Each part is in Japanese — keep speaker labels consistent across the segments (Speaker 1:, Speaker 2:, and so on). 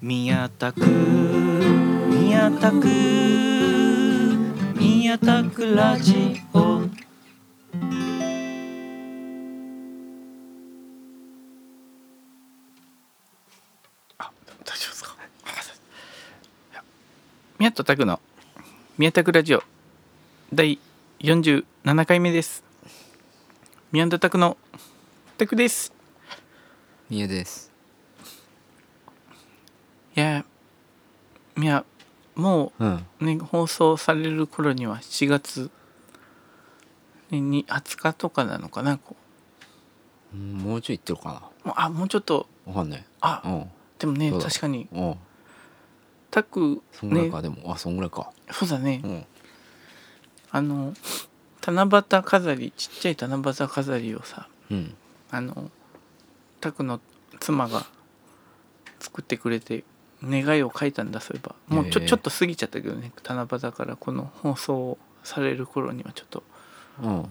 Speaker 1: 宮田区宮田区宮田区ラジオ
Speaker 2: 大丈夫ですかいや宮田拓の宮田拓ラジオ第47回目です宮田拓の拓です
Speaker 3: みゆです
Speaker 2: いやいやも
Speaker 3: うん
Speaker 2: うね放送される頃には7月に20日とかなのかなこ
Speaker 3: もうちょい行ってるか
Speaker 2: うもうあもうちょっと
Speaker 3: なわかんない
Speaker 2: あ
Speaker 3: うん
Speaker 2: でもね
Speaker 3: そうだ
Speaker 2: 確かに
Speaker 3: うん
Speaker 2: タク
Speaker 3: そんぐらい
Speaker 2: ね
Speaker 3: か、でもあそんぐらいか
Speaker 2: そうだね
Speaker 3: うん
Speaker 2: あの七夕飾りちっちゃい七夕飾りをさ
Speaker 3: うん
Speaker 2: あのタクの妻が作ってくれて願いを書いたんだそういえばもうちょ,、
Speaker 3: へえ
Speaker 2: ちょっと過ぎちゃったけどね七夕からこの放送される頃にはちょっと
Speaker 3: うん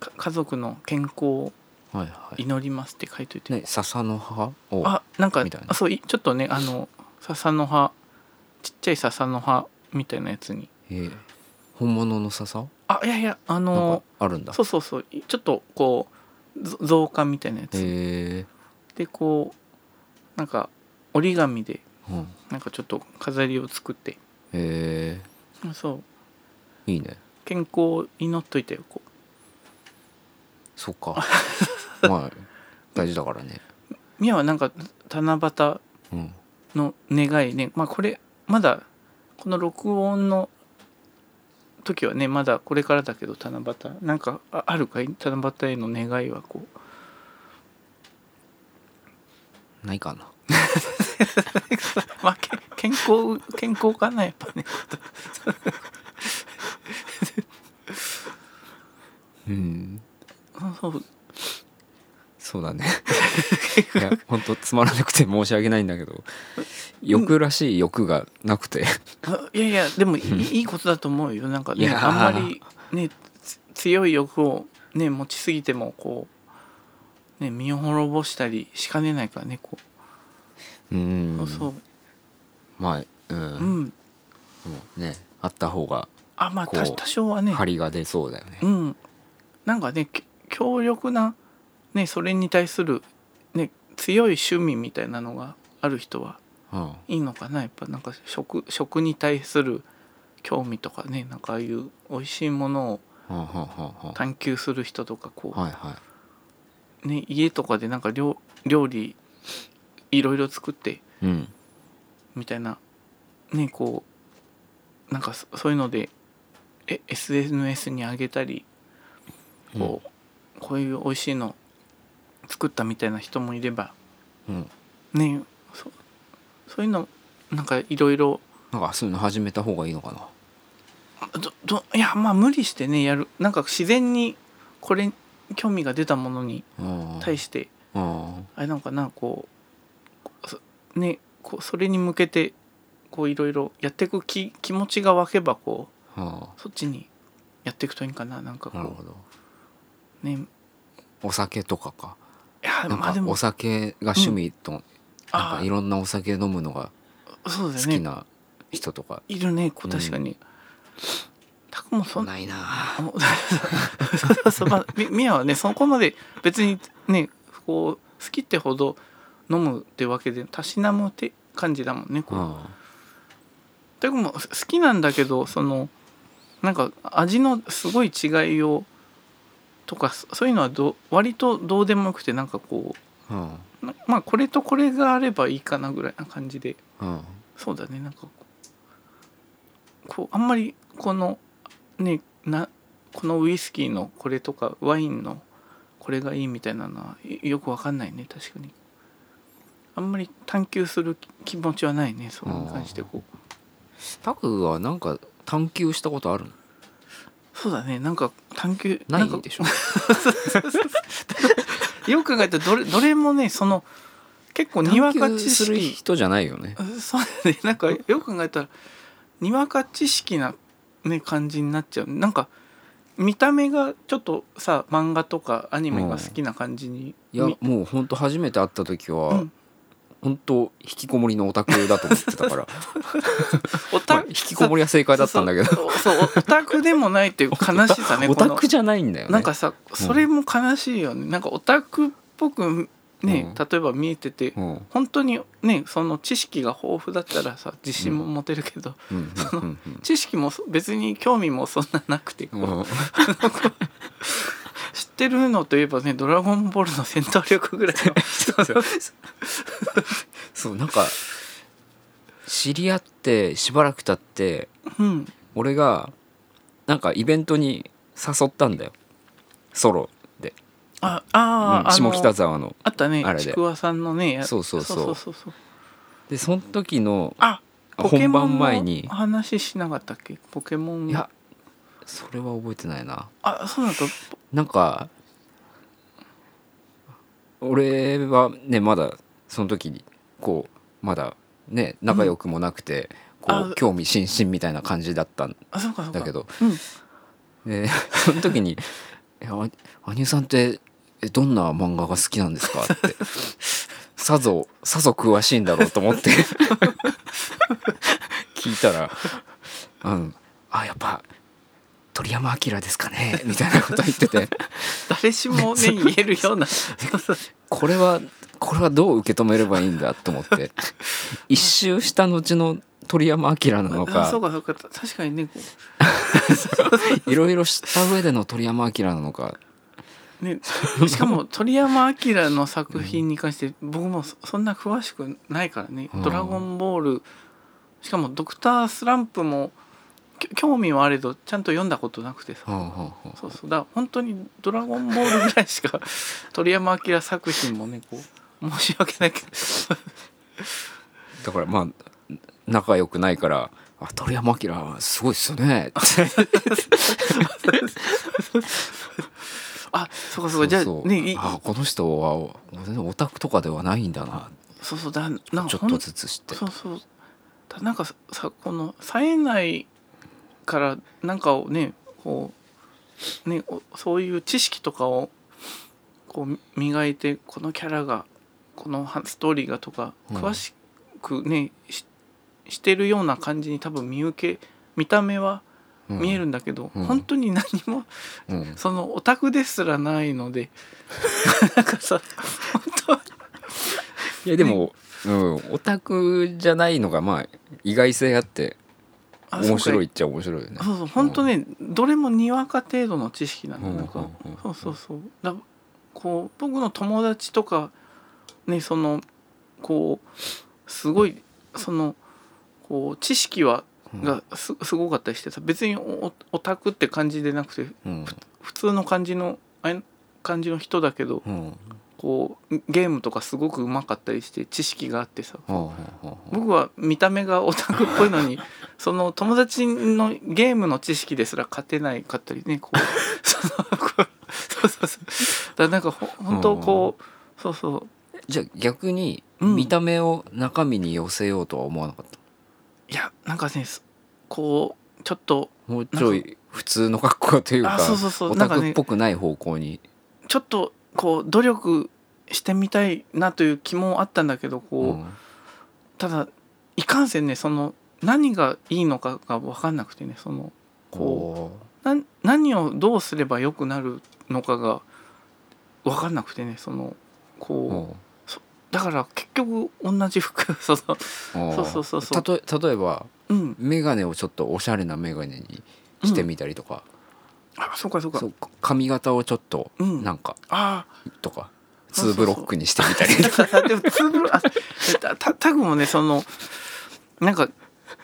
Speaker 2: か家族の健康を
Speaker 3: はいはい
Speaker 2: 祈りますって書いといて、
Speaker 3: ね笹の葉を
Speaker 2: あなんか
Speaker 3: みたいな
Speaker 2: あそういちょっとねあの笹の葉ちっちゃい笹の葉みたいなやつに
Speaker 3: えー本物の笹
Speaker 2: あいやいやあ
Speaker 3: なん
Speaker 2: の
Speaker 3: かあるんだ
Speaker 2: そうそうそういちょっとこうぞ造花みたいなやつ
Speaker 3: へえ
Speaker 2: でこうなんか折り紙で
Speaker 3: うん
Speaker 2: なんかちょっと飾りを作って
Speaker 3: へ
Speaker 2: そう
Speaker 3: えいいね
Speaker 2: 健康を祈っといてよこう
Speaker 3: そっか まあ大事だからね
Speaker 2: ミヤはなんか七夕
Speaker 3: うん
Speaker 2: の願いねまあこれまだこの録音の時はねまだこれからだけど七夕なんかああるかい七夕への願いはこう
Speaker 3: ないかな
Speaker 2: まあけ健康健康かなやっぱね
Speaker 3: うん
Speaker 2: あそう
Speaker 3: そう だねいや本当つまらなくて申し訳ないんだけど欲らしい欲がなくて
Speaker 2: あいやいやでもいいいいことだと思うよなんか
Speaker 3: い
Speaker 2: ね
Speaker 3: やー
Speaker 2: あんまりねつ強い欲をね持ちすぎてもこうね身を滅ぼしたりしかねないからねこ
Speaker 3: うん
Speaker 2: う、そう
Speaker 3: まあうん、
Speaker 2: そううん
Speaker 3: もうねあった方が
Speaker 2: あまあ
Speaker 3: こう
Speaker 2: た多少はね
Speaker 3: 張りが出そうだよね、
Speaker 2: うんなんかねき強力なねそれに対するね強い趣味みたいなのがある人は
Speaker 3: うん、
Speaker 2: いいのかなやっぱなんか食食に対する興味とかねなんかああいう美味しいものを
Speaker 3: はあはあはあは
Speaker 2: 探求する人とかこう
Speaker 3: あはいは
Speaker 2: ね、家とかでなんか料料理いろいろ作って
Speaker 3: いうん
Speaker 2: みたいなねこうなんかそそういうのでえ SNS に上げたりこう,、こういう美味しいの作ったみたいな人もいれば
Speaker 3: うん
Speaker 2: ねそそういうのなんかいろいろ
Speaker 3: なんかそういうの始めた方がいいのかな
Speaker 2: どどいやまあ無理してねやるなんか自然にこれ興味が出たものに
Speaker 3: うん
Speaker 2: 対して
Speaker 3: うん
Speaker 2: あれなんかなこうそねこうそれに向けてこういろいろやっていく気気持ちが湧けばこ
Speaker 3: は
Speaker 2: うそっちにやっていくといいんかななんか
Speaker 3: あなる
Speaker 2: こ
Speaker 3: ほど
Speaker 2: うねい
Speaker 3: お酒とかか
Speaker 2: や
Speaker 3: なん
Speaker 2: まあ
Speaker 3: か
Speaker 2: でも
Speaker 3: お酒が趣味と、なん
Speaker 2: あ
Speaker 3: かいろんなお酒飲むのが
Speaker 2: あそうだ
Speaker 3: 好
Speaker 2: よ
Speaker 3: き
Speaker 2: ね
Speaker 3: な人とか、
Speaker 2: いるねこう
Speaker 3: うん
Speaker 2: 確かに、たくもそんな
Speaker 3: ないなあ
Speaker 2: おそうそう そうまあみみやはねそこまで別にねこう好きってほど飲むってわけでたしなむって感じだもんねこう
Speaker 3: うん
Speaker 2: でも好きなんだけどそのなんか味のすごい違いをとかそそういうのはど割とどうでもよくてなんかこ
Speaker 3: うん
Speaker 2: うなまあこれとこれがあればいいかなぐらいな感じで
Speaker 3: うん
Speaker 2: そうだねなんかこうこうあんまりこのねなこのウイスキーのこれとかワインのこれがいいみたいなのはいよくわかんないね確かにあんまり探求する気気持ちはないねそれに関してこう
Speaker 3: タクはなんか探求したことあるの
Speaker 2: そうだねなんか探求
Speaker 3: なん
Speaker 2: か
Speaker 3: いでしょ
Speaker 2: よく考えたらどれどれもねその結構にわ
Speaker 3: 探
Speaker 2: か
Speaker 3: 求
Speaker 2: 知
Speaker 3: する
Speaker 2: 識
Speaker 3: 人じゃないよね
Speaker 2: そうだねなんかよく考えたらにわか知識な、ね、感じになっちゃうなんか見た目がちょっとさ漫画とかアニメが好きな感じに、
Speaker 3: いや
Speaker 2: み
Speaker 3: もうほんと初めて会った時は、
Speaker 2: うん
Speaker 3: 本当引きこもりのオタクだと思ってたから
Speaker 2: オ
Speaker 3: まあ
Speaker 2: タ
Speaker 3: 引きこもりは正解だったんだけど
Speaker 2: そうそうそうオタクでもないっていう悲しさね
Speaker 3: オ
Speaker 2: こ
Speaker 3: タ
Speaker 2: の
Speaker 3: クじゃないんだよね
Speaker 2: なんかさそれも悲しいよね、なんかオタクっぽくね、
Speaker 3: う
Speaker 2: 例えば見えてて、
Speaker 3: うん
Speaker 2: 本当にねその知識が豊富だったらさ自信も持てるけど、
Speaker 3: うんうん
Speaker 2: 知識もそ別に興味もそんななくて、こ
Speaker 3: う
Speaker 2: うん
Speaker 3: うん
Speaker 2: 知ってるのといえばね「ドラゴンボール」の戦闘力ぐらいの
Speaker 3: そうなんか知り合ってしばらく経って
Speaker 2: うん
Speaker 3: 俺がなんかイベントに誘ったんだよソロで、
Speaker 2: あ
Speaker 3: う
Speaker 2: あー、
Speaker 3: ん、
Speaker 2: あの
Speaker 3: 下北沢の
Speaker 2: あったね
Speaker 3: あれで
Speaker 2: ちくわさんのねや
Speaker 3: そうそうそう
Speaker 2: そうそうそう
Speaker 3: でその時の
Speaker 2: あポケ
Speaker 3: 本
Speaker 2: モン
Speaker 3: 番
Speaker 2: の
Speaker 3: 前に
Speaker 2: 話しなかったっけポケモン
Speaker 3: いやそれは覚えてないな
Speaker 2: あそうなんだ
Speaker 3: なんか俺はねまだその時にこうまだね仲良くもなくて、こ
Speaker 2: あ
Speaker 3: う興味津々みたいな感じだったん
Speaker 2: あそうかそうか
Speaker 3: だけど
Speaker 2: うん
Speaker 3: で その時に「いやあ羽生さんってえどんな漫画が好きなんですか?」って さぞさぞ詳しいんだろうと思って 聞いたら「うん、あやっぱ鳥山明ですかね」みたいなこと言ってて
Speaker 2: 誰しもね言えるよう な
Speaker 3: これはこれはどう受け止めればいいんだと 思って一周した後の鳥山明なの
Speaker 2: あそう
Speaker 3: か
Speaker 2: かそうか確かにねこ
Speaker 3: いろいろした上での鳥山明なのか
Speaker 2: うね しかも鳥山明の作品に関して僕もそそんな詳しくないからね「
Speaker 3: うん
Speaker 2: ドラゴンボール」しかも「ドクタースランプも」きょ興味はあれどちゃんと読んだことなくてさ
Speaker 3: はあはあはあ
Speaker 2: そうそうだから本当に「ドラゴンボール」ぐらいしか 鳥山明作品もねこう申し訳ないけど
Speaker 3: だからまあ仲良くないから「あ鳥山明はすごいっすよね」
Speaker 2: あそうかそうかじゃあ
Speaker 3: そうそう
Speaker 2: ねい
Speaker 3: あこの人は全然オタクとかではないんだな
Speaker 2: そうそうだなんか
Speaker 3: ちょ
Speaker 2: ほ
Speaker 3: っ
Speaker 2: ん
Speaker 3: とずつ知って
Speaker 2: そうそうだなんかささこの冴えないからなんかをねこうねおそういう知識とかをこうみ磨いてこのキャラがこのはストーリーがとか
Speaker 3: うん
Speaker 2: 詳しくね、ししてるような感じに多分見受け見た目は
Speaker 3: うん
Speaker 2: 見えるんだけど、
Speaker 3: うん
Speaker 2: 本当に何も
Speaker 3: うん
Speaker 2: そのオタクですらないの でなんかさ本
Speaker 3: いやでも、うん、オタクじゃないのがまあ意外性あって
Speaker 2: 当あそうか
Speaker 3: 面白いっちゃ面白いよね
Speaker 2: そうそう本当ね、どれもにわか程度の知識なんだ
Speaker 3: うん
Speaker 2: なんか、
Speaker 3: うんうん
Speaker 2: そうそうそうだこう僕の友達とかねそのこうすごいそのこう知識は
Speaker 3: うん
Speaker 2: がすすごかったりしてさ別にオオタクって感じでなくて
Speaker 3: うん
Speaker 2: 普通の感じのあれ感じの人だけど
Speaker 3: うんは
Speaker 2: こうゲームとかすごくうまかったりして知識があってさ
Speaker 3: あはあはあ
Speaker 2: 僕は見た目がオタクっぽいの にその友達のゲームの知識ですら勝てないかったりねこ うそのこうそうそうそうだからなんかほ本当こう、そうそう
Speaker 3: じゃあ逆に
Speaker 2: うん
Speaker 3: 見た目を中身に寄せようとは思わなかった、
Speaker 2: いやなんかねそこうちょっと
Speaker 3: もうちょい普通の格好というか
Speaker 2: あそうそうそう
Speaker 3: オ
Speaker 2: なんか
Speaker 3: タク
Speaker 2: ね
Speaker 3: っぽくない方向に、
Speaker 2: ちょっとこう努力してみたいなという気もあったんだけどこう、
Speaker 3: うん
Speaker 2: ただいかんせんねその何がいいのかが分かんなくてねそのこ
Speaker 3: こ
Speaker 2: うなん何をどうすれば良くなるのかが分かんなくてねその
Speaker 3: う
Speaker 2: こう、
Speaker 3: ん
Speaker 2: だから結局同じ服そのそうそうそうそう
Speaker 3: たと例えば
Speaker 2: うん
Speaker 3: 眼鏡をちょっとおしゃれな眼鏡にしてみたりとか、
Speaker 2: あそうかそうか
Speaker 3: そうう髪型をちょっと
Speaker 2: ん
Speaker 3: なんか
Speaker 2: あ
Speaker 3: とか、
Speaker 2: そうそう
Speaker 3: ツー
Speaker 2: そう
Speaker 3: ブロックにしてみた り
Speaker 2: あでもツーブロあたたタグもねそのなんか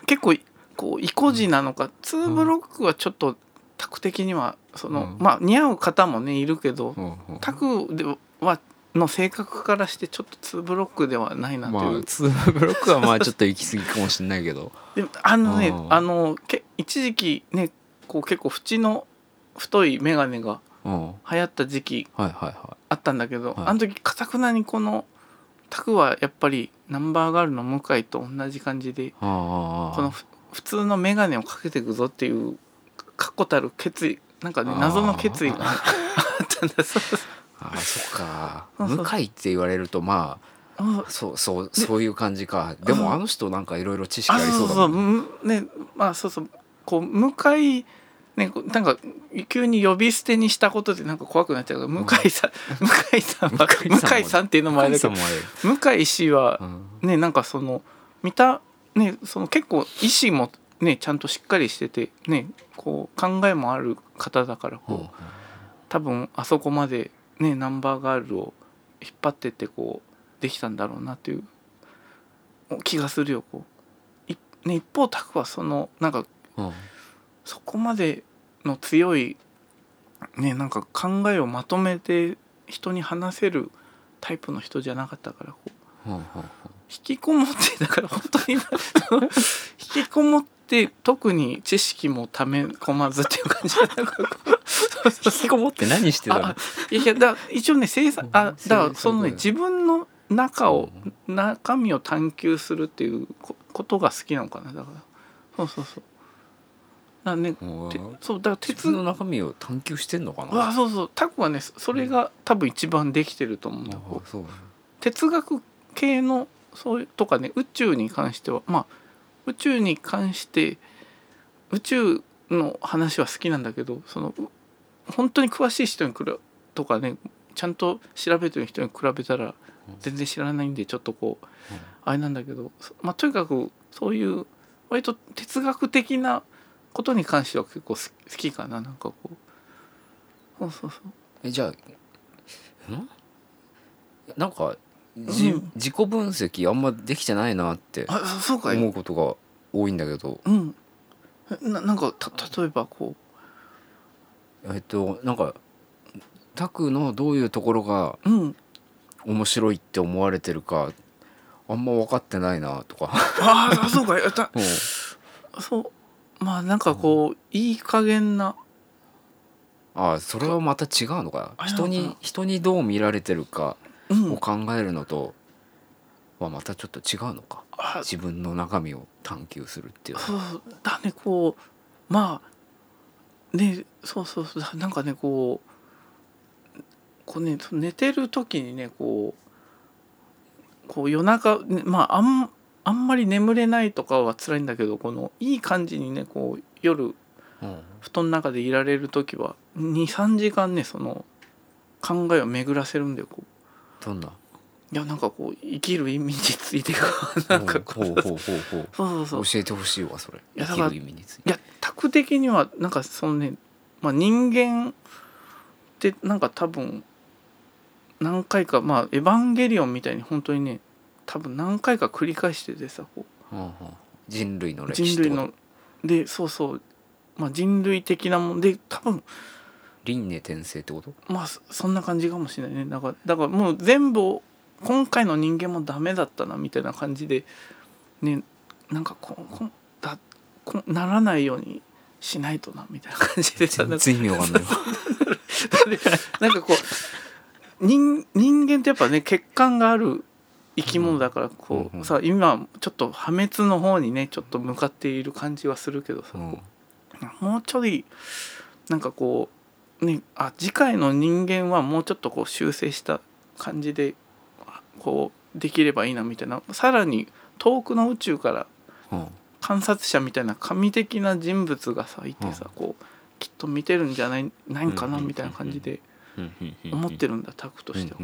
Speaker 2: 結構こう意固地なのか、ツーブロックはちょっとタク的にはその、
Speaker 3: うん
Speaker 2: まあ似合う方もねいるけど、
Speaker 3: うんうん
Speaker 2: タクではの性格からしてちょっとツーブロックではないなという
Speaker 3: まあ、ツーブロックはまあちょっと行き過ぎかもしれないけど
Speaker 2: でもあのね
Speaker 3: うん
Speaker 2: あのけ一時期ねこう結構縁の太い眼鏡が
Speaker 3: うんはい
Speaker 2: 流行った時期
Speaker 3: はいは
Speaker 2: あったんだけど、
Speaker 3: はい
Speaker 2: あの時かたくなにこのタクはやっぱりナンバーガールの向井と同じ感じで
Speaker 3: いああ
Speaker 2: このふ普通の眼鏡をかけていくぞっていう確固たる決意なんかね
Speaker 3: あー
Speaker 2: 謎の決意があったんだそうそう
Speaker 3: ああそっか
Speaker 2: そうそう
Speaker 3: 向井って言われるとまあ
Speaker 2: あ
Speaker 3: そうそうそういう感じかでもあの人なんかいろいろ知識あ
Speaker 2: あ
Speaker 3: り
Speaker 2: そうそう
Speaker 3: そ
Speaker 2: う
Speaker 3: だ
Speaker 2: そ
Speaker 3: も
Speaker 2: う、
Speaker 3: んね
Speaker 2: うんねまあそうそうこう向かいねこうなんか急に呼び捨てにしたことでなんか怖くなっちゃうから向井 さん、向井さんは
Speaker 3: 向井さん
Speaker 2: 向井
Speaker 3: も
Speaker 2: さんっていうのもあれだけど
Speaker 3: 神様あれ
Speaker 2: 向井氏は
Speaker 3: うん
Speaker 2: ねなんかその見たねその結構意思もねちゃんとしっかりしててねこう考えもある方だからこう、
Speaker 3: ほう
Speaker 2: 多分あそこまでねナンバーガールを引っ張ってってこうできたんだろうなっていう気がするよこういね、一方タクはそのなんか
Speaker 3: うん
Speaker 2: そこまでの強いねなんか考えをまとめて人に話せるタイプの人じゃなかったからこう
Speaker 3: ほうほう
Speaker 2: 引きこもってだから本当に その引きこもって特に知識もため込まずっていう感じだから
Speaker 3: 引きこもって何してたの
Speaker 2: あいやいやだ一応ね生産あ
Speaker 3: う
Speaker 2: だ
Speaker 3: ん
Speaker 2: か
Speaker 3: そう
Speaker 2: らそのね
Speaker 3: そ
Speaker 2: 自分の中を
Speaker 3: う
Speaker 2: 中身を探求するっていうこことが好きなのかなだからそうそうそうだね
Speaker 3: うん
Speaker 2: てそうだから
Speaker 3: 鉄
Speaker 2: 鉄
Speaker 3: の中身を探求してんのか
Speaker 2: あ
Speaker 3: な
Speaker 2: そうそうタクはねそそれが多分一番できてると思うんだ
Speaker 3: あそう
Speaker 2: 哲学系のそういうとかね宇宙に関してはまあ宇宙に関して宇宙の話は好きなんだけどそのう本当に詳しい人にくらとかねちゃんと調べてる人に比べたら
Speaker 3: うん
Speaker 2: 全然知らないんでちょっとこう
Speaker 3: うん
Speaker 2: あれなんだけどそまあとにかくそういう割と哲学的なことに関しては結構好き好きかななんかこうそうそうそう
Speaker 3: えじゃあんなんかじ、
Speaker 2: うん
Speaker 3: 自己分析あんまできてないなって
Speaker 2: あそそうかい
Speaker 3: 思うことが多いんだけど
Speaker 2: うんななんかた例えばこ
Speaker 3: えっとなんかタクのどういうところが
Speaker 2: ううん
Speaker 3: 面白いって思われてるかあんま分かってないなとか
Speaker 2: あーあそうかいやた
Speaker 3: うん
Speaker 2: そうまあなんかこういい加減な
Speaker 3: ああそれはまた違うのか
Speaker 2: あれなのかな
Speaker 3: 人に人にどう見られてるか
Speaker 2: うん
Speaker 3: を考えるのとはまたちょっと違うのか
Speaker 2: あ
Speaker 3: 自分の中身を探求するっていうのは
Speaker 2: そうだねこうまあねそうそうそうだなんかねこうこうねその寝てる時にねこうこう夜中、ねまああんあんまり眠れないとかは辛いんだけどこのいい感じにねこう夜
Speaker 3: うん
Speaker 2: 布団の中でいられる時は23時間ねその考えを巡らせるんだよこう
Speaker 3: どんない
Speaker 2: やなんかこう生きる意味についてが なんかこう
Speaker 3: ほうほうほうほ
Speaker 2: そ
Speaker 3: う
Speaker 2: うそうそう
Speaker 3: 教えてほしいわそれ
Speaker 2: いやだ
Speaker 3: 生き
Speaker 2: から
Speaker 3: る意味につい
Speaker 2: い
Speaker 3: て
Speaker 2: やタク的にはなんかそのね、まあ、人間ってなんか多分何回かまあ「エヴァンゲリオン」みたいに本当にね多分何回か繰り返しててさこ
Speaker 3: うんうん人類の
Speaker 2: う
Speaker 3: 歴史
Speaker 2: 人
Speaker 3: と
Speaker 2: 類のでそうそう、まあ、人類的なもんで多分
Speaker 3: 輪廻転生ってこと
Speaker 2: まあそそんな感じかもしれないねだからだからもう全部を今回の人間もダメだったなみたいな感じでねなんかこうこうだこうならないようにしないとなみたいな感じでさ な
Speaker 3: 全
Speaker 2: んか
Speaker 3: 然意味 わかんないわ
Speaker 2: なんかこう人人間ってやっぱね血管がある生き物だからこ
Speaker 3: うんう
Speaker 2: うんさ今ちょっと破滅の方にねちょっと向かっている感じはするけどさ
Speaker 3: うん
Speaker 2: もうちょいなんかこうねあ次回の人間はもうちょっとこう修正した感じであこうできればいいなみたいなさらに遠くの宇宙から
Speaker 3: うん
Speaker 2: 観察者みたいな神的な人物がさいてさ、こうきっと見てるんじゃないないんかな
Speaker 3: うん
Speaker 2: みたいな感じで思
Speaker 3: 思
Speaker 2: ってるんだタクとしては。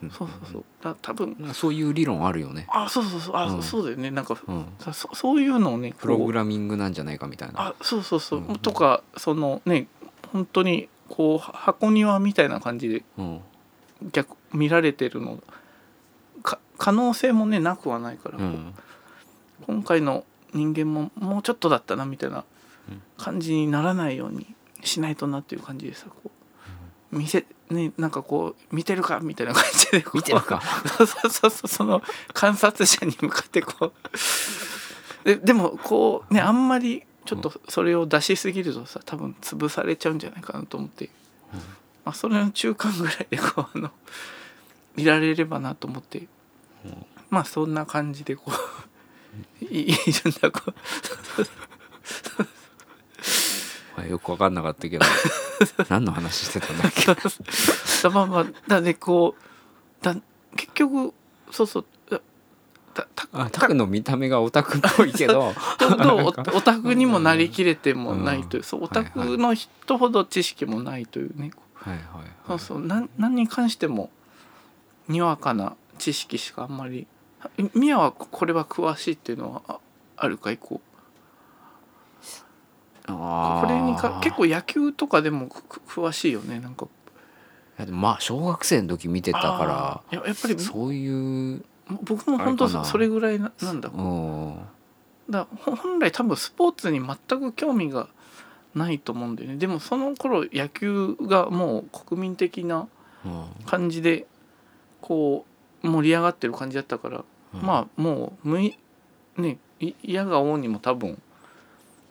Speaker 2: そうそうそうだ多分
Speaker 3: うんそういう理論あるよね
Speaker 2: あそうそうそうあ、
Speaker 3: うん
Speaker 2: そうだよねなんか
Speaker 3: うん
Speaker 2: さそそういうのをねこう
Speaker 3: プログラミングなんじゃないかみたいな
Speaker 2: あそうそうそう、
Speaker 3: うんうん
Speaker 2: とかそのね本当にこうは箱庭みたいな感じで
Speaker 3: うん
Speaker 2: 逆見られてるのか可能性もねなくはないから、
Speaker 3: う
Speaker 2: こうん今回の人間ももうちょっとだったなみたいな
Speaker 3: うん
Speaker 2: 感じにならないようにしないとなっていう感じでさこう見せねなんかこう見てるかみたいな感じでこう
Speaker 3: 見てるか
Speaker 2: そうそうそうそうその観察者に向かってこうででもこうねあんまりちょっとそれを出しすぎるとさ多分潰されちゃうんじゃないかなと思って、
Speaker 3: うん
Speaker 2: まあ、それの中間ぐらいでこうあのいられればなと思って、
Speaker 3: うん
Speaker 2: まあそんな感じでこういいるんだ こう
Speaker 3: はい よくわかんなかったけど 何の話してたんだっけ
Speaker 2: だまあまあだねこうだ結局そうそうえたた
Speaker 3: あタクの見た目がオタクっぽいけ ど
Speaker 2: でもどう
Speaker 3: なん
Speaker 2: オ
Speaker 3: か
Speaker 2: オタクにもなりきれてもないという、
Speaker 3: うん
Speaker 2: そう
Speaker 3: は
Speaker 2: オ
Speaker 3: い
Speaker 2: タ
Speaker 3: はい
Speaker 2: クの人ほど知識もないというね、
Speaker 3: はいはいはい
Speaker 2: そうそうなん何に関してもにわかな知識しかあんまりミヤはこれは詳しいっていうのはああるかいこう
Speaker 3: あ
Speaker 2: こ
Speaker 3: ー
Speaker 2: れにか結構野球とかでもくく詳しいよねなんか
Speaker 3: いやでもまあ小学生の時見てたか
Speaker 2: あーいややっぱり
Speaker 3: らそういう
Speaker 2: 僕も本当
Speaker 3: あれかな
Speaker 2: それぐらいななんだ
Speaker 3: うん
Speaker 2: だほ本来多分スポーツに全く興味がないと思うんだよねでもその頃野球がもう国民的な
Speaker 3: うん
Speaker 2: 感じでこう盛り上がってる感じだったから、まあもう無いねい嫌が王にも多分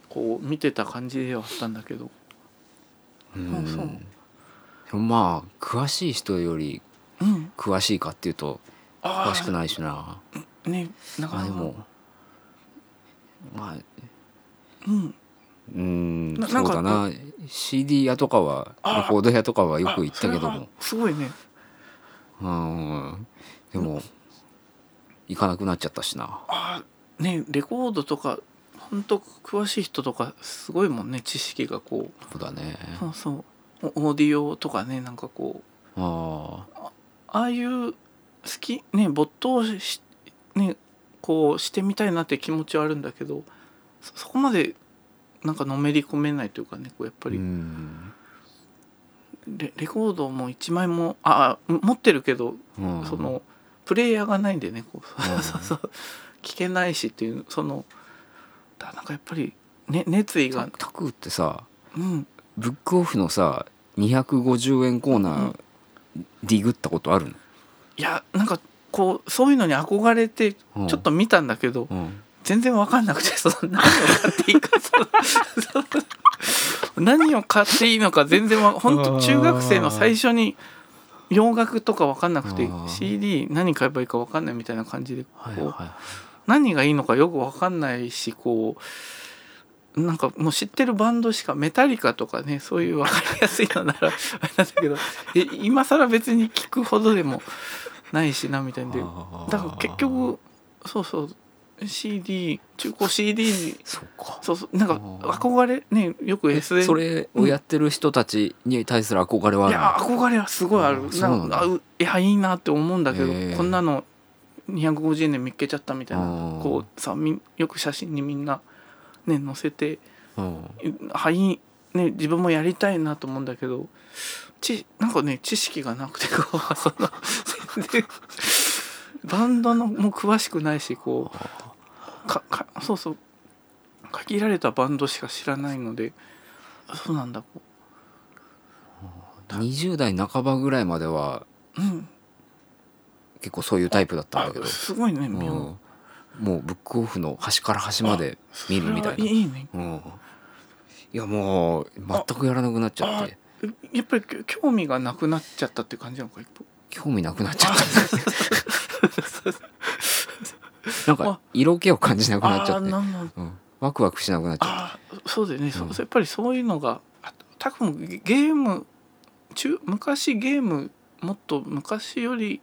Speaker 2: こう見てた感じではあったんだけど
Speaker 3: う
Speaker 2: あそうん
Speaker 3: でもまあ詳しい人より
Speaker 2: うん
Speaker 3: 詳しいかっていうと
Speaker 2: あ
Speaker 3: 詳しくないしな
Speaker 2: あねなか
Speaker 3: まあ
Speaker 2: な
Speaker 3: で
Speaker 2: か
Speaker 3: もまあ
Speaker 2: うん
Speaker 3: うん
Speaker 2: な
Speaker 3: そ
Speaker 2: なん
Speaker 3: う
Speaker 2: か
Speaker 3: だな CD 屋とかは
Speaker 2: あー
Speaker 3: レコード屋とかはよく行っ
Speaker 2: あそ
Speaker 3: た
Speaker 2: れ
Speaker 3: けど
Speaker 2: は
Speaker 3: も
Speaker 2: すごいね
Speaker 3: うんでも行かなくなっちゃったしな
Speaker 2: ああねレコードとか本当詳しい人とかすごいもんね知識がこう
Speaker 3: そうだね
Speaker 2: そうそうオオーディオとかねなんかこう
Speaker 3: あ
Speaker 2: ああいう好きね没頭しねこうしてみたいなって気持ちはあるんだけどそそこまでなんかのめり込めないというかねこうやっ
Speaker 3: あ
Speaker 2: ぱ
Speaker 3: う
Speaker 2: り
Speaker 3: ん
Speaker 2: レレコードも1枚もああ持ってるけど
Speaker 3: うん
Speaker 2: そのプレイヤーがないんでねこう、
Speaker 3: う ん
Speaker 2: そうそう聞けないしっていうそのだなんかやっぱり、ね、熱意
Speaker 3: タ
Speaker 2: が、
Speaker 3: タクってさ
Speaker 2: うん、
Speaker 3: ブックオフのさ250円コーナーディグったことある
Speaker 2: いやなんかこうそういうのに憧れてち
Speaker 3: の、うん
Speaker 2: ょっと見たんだけど、
Speaker 3: うん
Speaker 2: 全然分かんなくてその何を買っていいかそのその何を買っていいのか全然わ本当中学生の最初に洋楽とか分かんなくて
Speaker 3: あー
Speaker 2: CD 何買えばいいか分かんないみたいな感じでこう、
Speaker 3: はいはい
Speaker 2: 何がいいのかよく分かんないしこうなんかもう知ってるバンドしかメタリカとかねそういう分かりやすいのならあれなんだけどえ今更別に聞くほどでもないしなみたいんで
Speaker 3: あー
Speaker 2: だから結局そうそう CD 中古 CD に
Speaker 3: そうか
Speaker 2: そうそうなんか
Speaker 3: あー
Speaker 2: 憧れねよく
Speaker 3: え
Speaker 2: SN
Speaker 3: それをやってる人たちに対する憧れはいあるの
Speaker 2: や憧れはすごいあ
Speaker 3: あー
Speaker 2: る
Speaker 3: そうなんだ
Speaker 2: かういやいいなって思うんだけど、
Speaker 3: へー
Speaker 2: こんなの250円で見っけちゃったみたい
Speaker 3: あ
Speaker 2: な
Speaker 3: ー
Speaker 2: こうさみよく写真にみんなね載せて
Speaker 3: うん
Speaker 2: はいね自分もやりたいなと思うんだけどちなんかね知識がなくてこうその全然バンドのも詳しくないしこうかかそうそう限られたバンドしか知らないのでそうなんだこ
Speaker 3: 20代半ばぐらいまでは
Speaker 2: ううん
Speaker 3: 結構そういうタイプだったんだけど
Speaker 2: あ、すごいね
Speaker 3: うん
Speaker 2: 妙
Speaker 3: もうブックオフの端から端まで見るみたい
Speaker 2: それ
Speaker 3: な
Speaker 2: はいいね
Speaker 3: うん、いやもう全くやらなくなっちゃって
Speaker 2: やっぱり興味がなくなっちゃったって感じなのか一方
Speaker 3: 興味なくなっちゃった
Speaker 2: そうそう
Speaker 3: なんか色気を感じなくなっちゃ
Speaker 2: あー
Speaker 3: って、
Speaker 2: なんなん
Speaker 3: うん、ワクワクしなくなっちゃっ
Speaker 2: ああそうだよね、そ
Speaker 3: うん
Speaker 2: やっぱりそういうのがあたくもゲゲーム中昔ゲームもっと昔より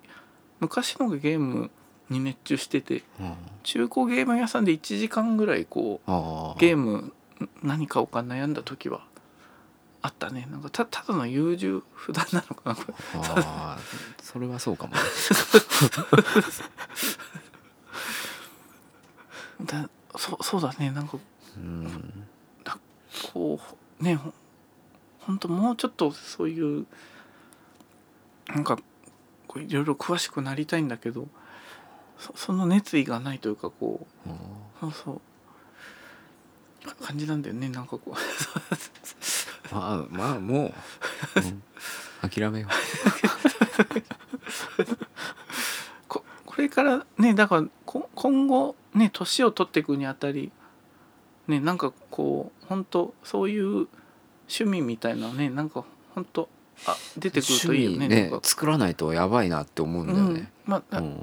Speaker 2: 昔のゲームに熱中してて
Speaker 3: た、うん、
Speaker 2: 中古ゲーム屋さんで1時間ぐらいこ
Speaker 3: あ
Speaker 2: うゲ
Speaker 3: ム
Speaker 2: ームん何買おうか悩んだ時はあったねなんかたただの優柔不断なのかなこれ
Speaker 3: あーそれはそうかもね
Speaker 2: だそそうだねなんか
Speaker 3: うん
Speaker 2: こうねほほんともうちょっとそういうなんかこういろいろ詳しくなりたいんだけどそその熱意がないというかこう
Speaker 3: うん
Speaker 2: そうそうか感じなんだよねなんかこう
Speaker 3: まあまあもう、うん諦めよ
Speaker 2: ここれからねだからこ今後ね年を取っていくにあたりねなんかこう本当そういう趣味みたいなねなんか本当あ出
Speaker 3: う
Speaker 2: てくる
Speaker 3: 趣
Speaker 2: といい
Speaker 3: 味
Speaker 2: よね
Speaker 3: ね
Speaker 2: なんか
Speaker 3: 作らないとやばいなって思うんだよ
Speaker 2: うん
Speaker 3: ね、
Speaker 2: まあ、
Speaker 3: うん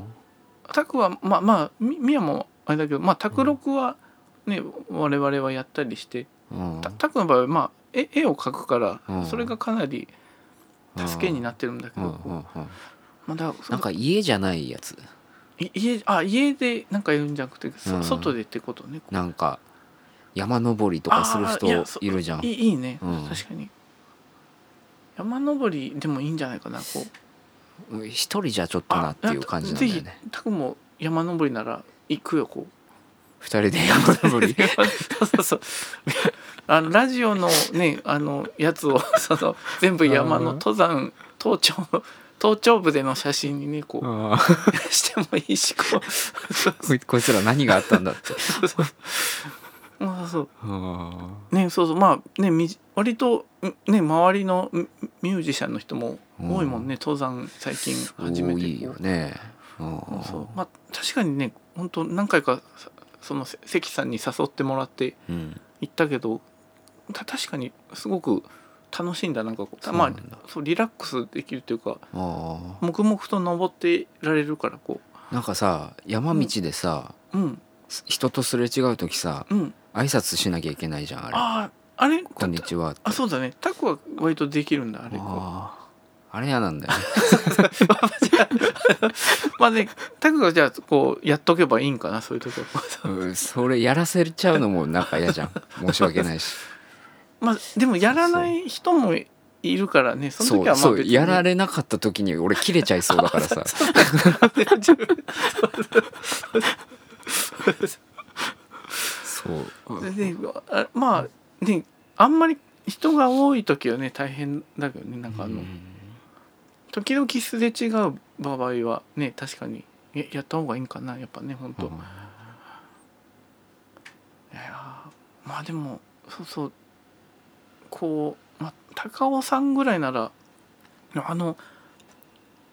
Speaker 2: タクはまあまあみミヤもあれだけどまあタクロクはね、我々はやったりして
Speaker 3: うん
Speaker 2: タタクの場合はまあ絵絵を描くから、
Speaker 3: うん
Speaker 2: それがかなり助けになってるんだけ
Speaker 3: うん
Speaker 2: ど、
Speaker 3: うんうん
Speaker 2: まあだ
Speaker 3: なんか家じゃないやつ
Speaker 2: い家あ家でなんかやるんじゃなくて、そ
Speaker 3: うん
Speaker 2: 外でってことね
Speaker 3: なんか山登りとかする
Speaker 2: あーいや
Speaker 3: 人
Speaker 2: そ
Speaker 3: いるじゃん
Speaker 2: いいいいね、
Speaker 3: うん
Speaker 2: 確かに山登りでもいいんじゃないかなこう
Speaker 3: うん一人じゃちょっとなっていう感じなんだよ
Speaker 2: ぜ
Speaker 3: ね
Speaker 2: ひタクも山登りなら行くよこう
Speaker 3: 二人で山登 り
Speaker 2: そうそうそうあのラジオのねあのやつを その全部山の
Speaker 3: うん
Speaker 2: 登山登頂登頂部での写真にねこう、
Speaker 3: あー
Speaker 2: してもいいしこう そう
Speaker 3: こ いこいつら何があったん だって
Speaker 2: そうそうまあそう
Speaker 3: あ
Speaker 2: ねそうそうまあねみじ割とんね周りのんミュージシャンの人も多いもんね、登山最近
Speaker 3: ー
Speaker 2: 始めて
Speaker 3: 多いよねうん
Speaker 2: こうそうまあ確かにね本当何回かさそのせ関さんに誘ってもらって
Speaker 3: うん
Speaker 2: 行ったけどた確かにすごく楽しいんだなんかこうた
Speaker 3: そう
Speaker 2: ま
Speaker 3: な
Speaker 2: あ
Speaker 3: んだ
Speaker 2: そうリラックスできるというか
Speaker 3: あ
Speaker 2: 黙々と登ってられるからこ
Speaker 3: ーなんかさ山道でさ、
Speaker 2: ううん
Speaker 3: 人とすれ違う時さ
Speaker 2: うん
Speaker 3: 挨拶しなきゃいけないじゃんあれ
Speaker 2: あああれ
Speaker 3: こんにちはって
Speaker 2: あそうだねタクは割とできるんだあれこ
Speaker 3: あーあれ嫌なんだよね
Speaker 2: うまあねタクがじゃあこうやっとけばいいんかなそういう とこは
Speaker 3: うんそれやらせちゃうのもなんか嫌じ ゃん申し訳ないし
Speaker 2: まあでもやらない人もいるからねその
Speaker 3: そ
Speaker 2: 時は
Speaker 3: う
Speaker 2: まあ
Speaker 3: そう
Speaker 2: 別に
Speaker 3: やられなかった時に俺切れちゃいそうだから さそう
Speaker 2: であまあねあんまり人が多い時はね大変だけどねなんかあの、
Speaker 3: うん
Speaker 2: 時々すれ違う場合はね確かにややった方がいいんかなやっぱね本当、いやーまあでもそうそうこう、まあ、高尾さんぐらいならあの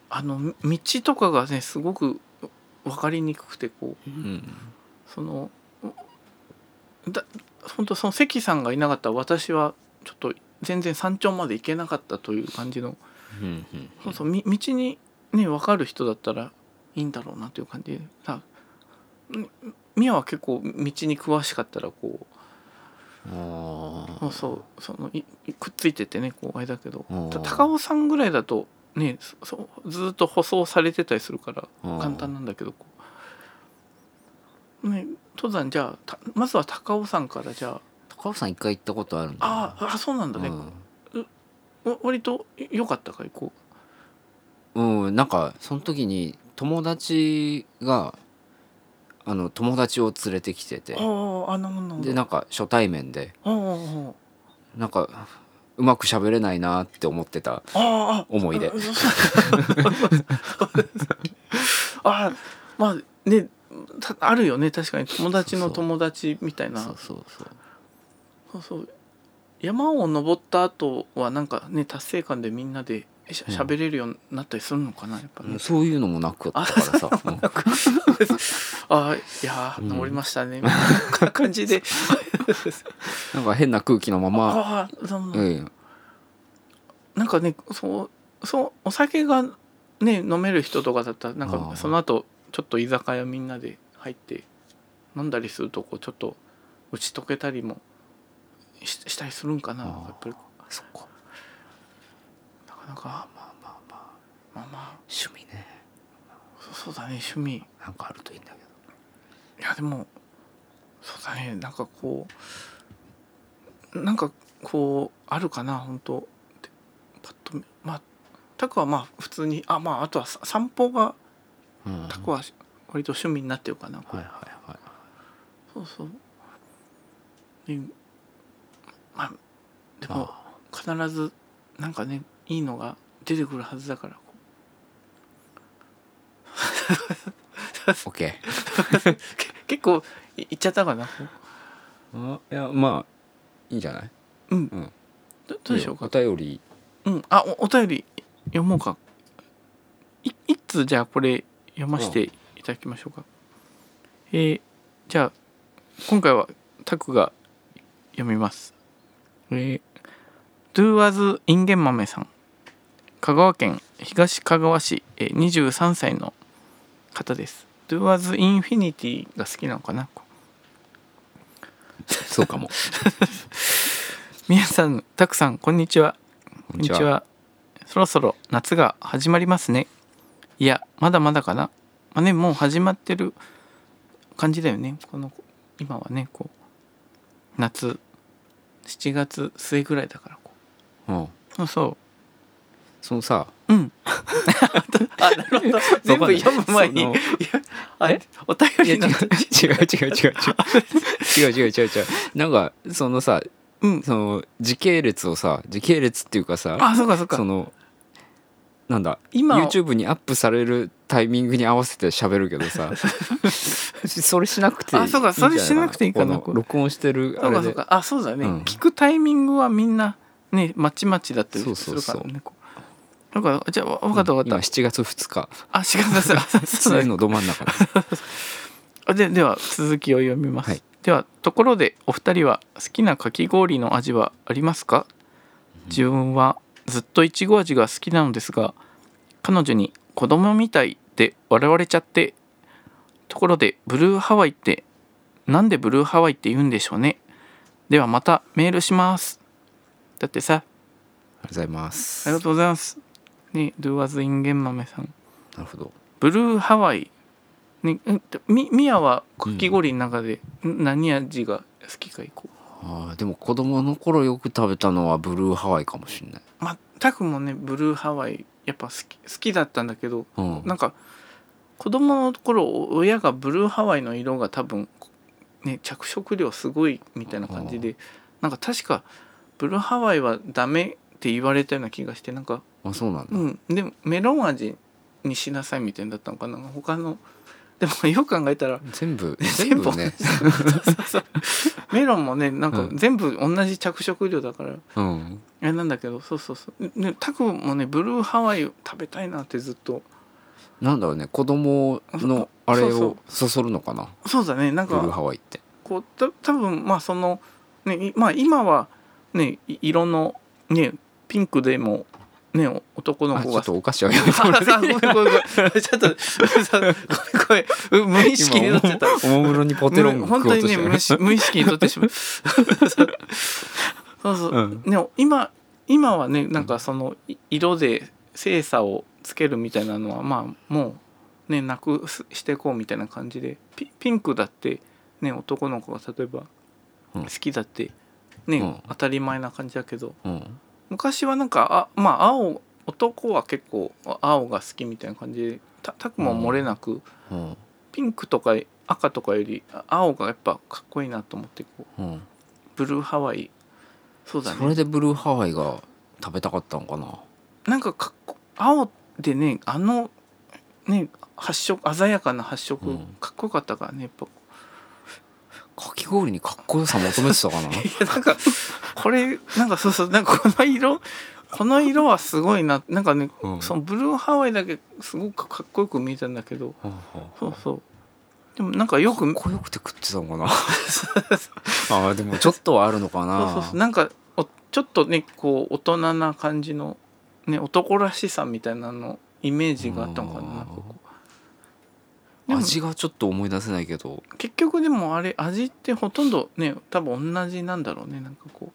Speaker 2: あの道とかがねすごく分かりにくくてこう
Speaker 3: うん
Speaker 2: そのだ本当その関さんがいなかったら私はちょっと全然山頂まで行けなかったという感じの、
Speaker 3: うんうん
Speaker 2: そうそうみ道にね分かる人だったらいいんだろうなという感じでさみミヤは結構道に詳しかったらこう
Speaker 3: あ
Speaker 2: そうそうそのいいくっついててねこうあれだけど
Speaker 3: うん
Speaker 2: た高尾さんぐらいだとねそそうずーっと舗装されてたりするから
Speaker 3: うん
Speaker 2: 簡単なんだけどこう、ね、登山じゃあたまずは高尾山からじゃ
Speaker 3: 高尾さん一回行ったことあるんだ
Speaker 2: あああそうなんだね、わ割と良かったかいこ
Speaker 3: うん、うん、なんかその時に友達があの友達を連れてきて
Speaker 2: う
Speaker 3: て
Speaker 2: あああなるほど
Speaker 3: でなんか初対面で
Speaker 2: あー
Speaker 3: なんかうまく喋れないなって思ってた
Speaker 2: あーあー
Speaker 3: 思い出
Speaker 2: あそう あーまあねたあるよね確かに友達の友達みたいな
Speaker 3: そうそうそう
Speaker 2: そうそう山を登った後はなんかね達成感でみんなでしゃ
Speaker 3: うん
Speaker 2: 喋れるようになったりするのかなやっぱ
Speaker 3: う
Speaker 2: ね
Speaker 3: ん、そういうのもなくあったからさうん
Speaker 2: あーいやー
Speaker 3: うん
Speaker 2: 登りましたね、みたいな感 じで
Speaker 3: なんか変な空気のまま
Speaker 2: ああそう
Speaker 3: う
Speaker 2: なん
Speaker 3: ん
Speaker 2: なんかねそうそうお酒がね飲める人とかだったらなん
Speaker 3: あ
Speaker 2: か
Speaker 3: ー
Speaker 2: その後ちょっと居酒屋みんなで入って飲んだりするとこうちょっと打ち解けたりもししたりするんかな
Speaker 3: あー
Speaker 2: なんかやっぱり
Speaker 3: そっか
Speaker 2: なかなか
Speaker 3: まあまあまあ
Speaker 2: まあま
Speaker 3: 趣味ね
Speaker 2: あそそうだね趣味
Speaker 3: なんかあるといいんだけど
Speaker 2: いやでもそうだねなんかこうなんかこうあるかな本当でパッと見まあタクはまあ普通にあまああとはさ散歩が
Speaker 3: うん
Speaker 2: タクはし割と趣味になってるかな、
Speaker 3: はいはいはい
Speaker 2: そうそうでまあでも
Speaker 3: あ
Speaker 2: 必ずなんかねいいのが出てくるはずだからこ
Speaker 3: あ OK
Speaker 2: うけ結構いいっちゃったかなこ
Speaker 3: あいやまあいいんじゃないう
Speaker 2: うん、
Speaker 3: うん
Speaker 2: どどうでしょうか
Speaker 3: お便り
Speaker 2: うん、あおお便り読もうかい一通じゃあこれ読ませていただきましょうか、えーじゃあ今回はタクが読みますえー「ドゥーアズインゲン豆さん香川県東香川市、えー、23歳の方です「ドゥーアズインフィニティ」が好きなのかな
Speaker 3: そうかも
Speaker 2: 皆さんタクさんこんにちは
Speaker 3: こ
Speaker 2: こんにちは。そろそろ夏が始まりますね。いや、まだまだかな。あねもう始まってる感じだよねこの今はねこう夏7月末ぐらいだからこ
Speaker 3: うん、
Speaker 2: うあそ
Speaker 3: そのさ
Speaker 2: ううん あなるほ ど全部読む前にい
Speaker 3: その
Speaker 2: や あれお便
Speaker 3: いや
Speaker 2: り
Speaker 3: 違う
Speaker 2: の
Speaker 3: 違う違う違う違う違う違う違う違うなんかそのさ
Speaker 2: うん
Speaker 3: その時系列をさ時系列っていうかさ
Speaker 2: あそうかそう
Speaker 3: そ
Speaker 2: か
Speaker 3: のなんだ
Speaker 2: 今
Speaker 3: YouTube にアップされるタイミングに合わせて喋るけどさそれしなくてい い
Speaker 2: あそうかそれしなくていいかな
Speaker 3: この録音してる
Speaker 2: そ
Speaker 3: あ
Speaker 2: うか
Speaker 3: れ
Speaker 2: そう
Speaker 3: で
Speaker 2: かあそうだね、
Speaker 3: うん
Speaker 2: 聞くタイミングはみんなねまちまちだったり
Speaker 3: そう
Speaker 2: す
Speaker 3: そう
Speaker 2: るか
Speaker 3: そう
Speaker 2: らねこうだからじゃあわわかったわかった、
Speaker 3: 今7月2日
Speaker 2: あ違う違うあ そうだ
Speaker 3: 常
Speaker 2: ね
Speaker 3: のど真ん中です
Speaker 2: あででは続きを読みます、
Speaker 3: はい
Speaker 2: ではところでお二人は好きなかき氷の味はありますか自分はずっといちご味が好きなのですが彼女に子供みたいで笑われちゃってところでブルーハワイってなんでブルーハワイって言うんでしょうねではまたメールしますだってさ
Speaker 3: ありがとうございま
Speaker 2: あ
Speaker 3: す
Speaker 2: りがとうございますねドゥアズインゲンマメさん
Speaker 3: なるほど
Speaker 2: ブルーハワイにうんとみミヤはかき氷の中でん何味が好きかいこう
Speaker 3: あーでも子供の頃よく食べたのはブルーハワイかもしれない、
Speaker 2: まあタクもねブルーハワイやっぱ好き好きだったんだけど
Speaker 3: うん、
Speaker 2: なんか子供の頃お親がブルーハワイの色が多分ね着色料すごいみたいな感じでなんか確かブルーハワイはダメって言われたような気がしてなんか
Speaker 3: あそうなんだ、
Speaker 2: うん、でもメロン味にしなさいみたいにだったのかな他のでもよく考えたら
Speaker 3: 全部
Speaker 2: 全
Speaker 3: 全
Speaker 2: 部
Speaker 3: 部ね、
Speaker 2: メロンもねなんか
Speaker 3: うん
Speaker 2: 全部同じ着色料だから、
Speaker 3: うん、
Speaker 2: あれなんだけどそうそうそうねタクもねブルーハワイを食べたいなってずっと
Speaker 3: なんだろうね子供のあれをそそるのかな
Speaker 2: そうだねなん
Speaker 3: ブルー
Speaker 2: か
Speaker 3: ハワイって
Speaker 2: こうた多分まあその、ねいまあ、今はねい色のねピンクでもねお男の
Speaker 3: あち
Speaker 2: 子
Speaker 3: ょ
Speaker 2: が
Speaker 3: っとお菓子を用意しても ら
Speaker 2: あ
Speaker 3: っ
Speaker 2: さごめんごめんごめんちょっと さごめんごめんう無意識になっちゃった
Speaker 3: おもむろにポテロング
Speaker 2: 本
Speaker 3: 食お
Speaker 2: 当
Speaker 3: う
Speaker 2: に
Speaker 3: とし
Speaker 2: ね
Speaker 3: て
Speaker 2: 無意識 無意識に取ってしまうそうそう、
Speaker 3: うん
Speaker 2: でも今今はねなんかそのい色で精査をつけるみたいなのはまあもうねなくすしていこうみたいな感じでピピンクだってね男の子が例えば
Speaker 3: うん
Speaker 2: 好きだってね、
Speaker 3: うん
Speaker 2: 当たり前な感じだけど
Speaker 3: うん
Speaker 2: 昔はなんかあまあ青男は結構あ青が好きみたいな感じでたたくも漏れなく、
Speaker 3: うん
Speaker 2: ピンクとか赤とかよりあ青がやっぱかっこいいなと思ってこう
Speaker 3: うん
Speaker 2: ブルーハワイそうだ
Speaker 3: そ
Speaker 2: ね
Speaker 3: れでブルーハワイが食べたかったのかな
Speaker 2: なんかかっこ青でねあのね発色鮮やかな発色、
Speaker 3: うん
Speaker 2: かっこよかったからねやっぱ
Speaker 3: かき氷にかっこよさ求めてたかな
Speaker 2: いやなんかこれなんかそうそうなんかこの色この色はすごいななんかね、
Speaker 3: うん
Speaker 2: そのブルーハワイだけすごくかっこよく見えたんだけど
Speaker 3: はあはあ
Speaker 2: そうそうでもなんかよく
Speaker 3: かっこよくて食ってたの かなあーでもちょっとはあるのか
Speaker 2: そうそう
Speaker 3: な
Speaker 2: そうなんかおちょっとねこう大人な感じの、ね、男らしさみたいなのイメージがあったのかな
Speaker 3: うん
Speaker 2: なんかこうでも
Speaker 3: 味がちょっと思い出せないけど
Speaker 2: 結局でもあれ味ってほとんどね多分同じなんだろうねなんかこ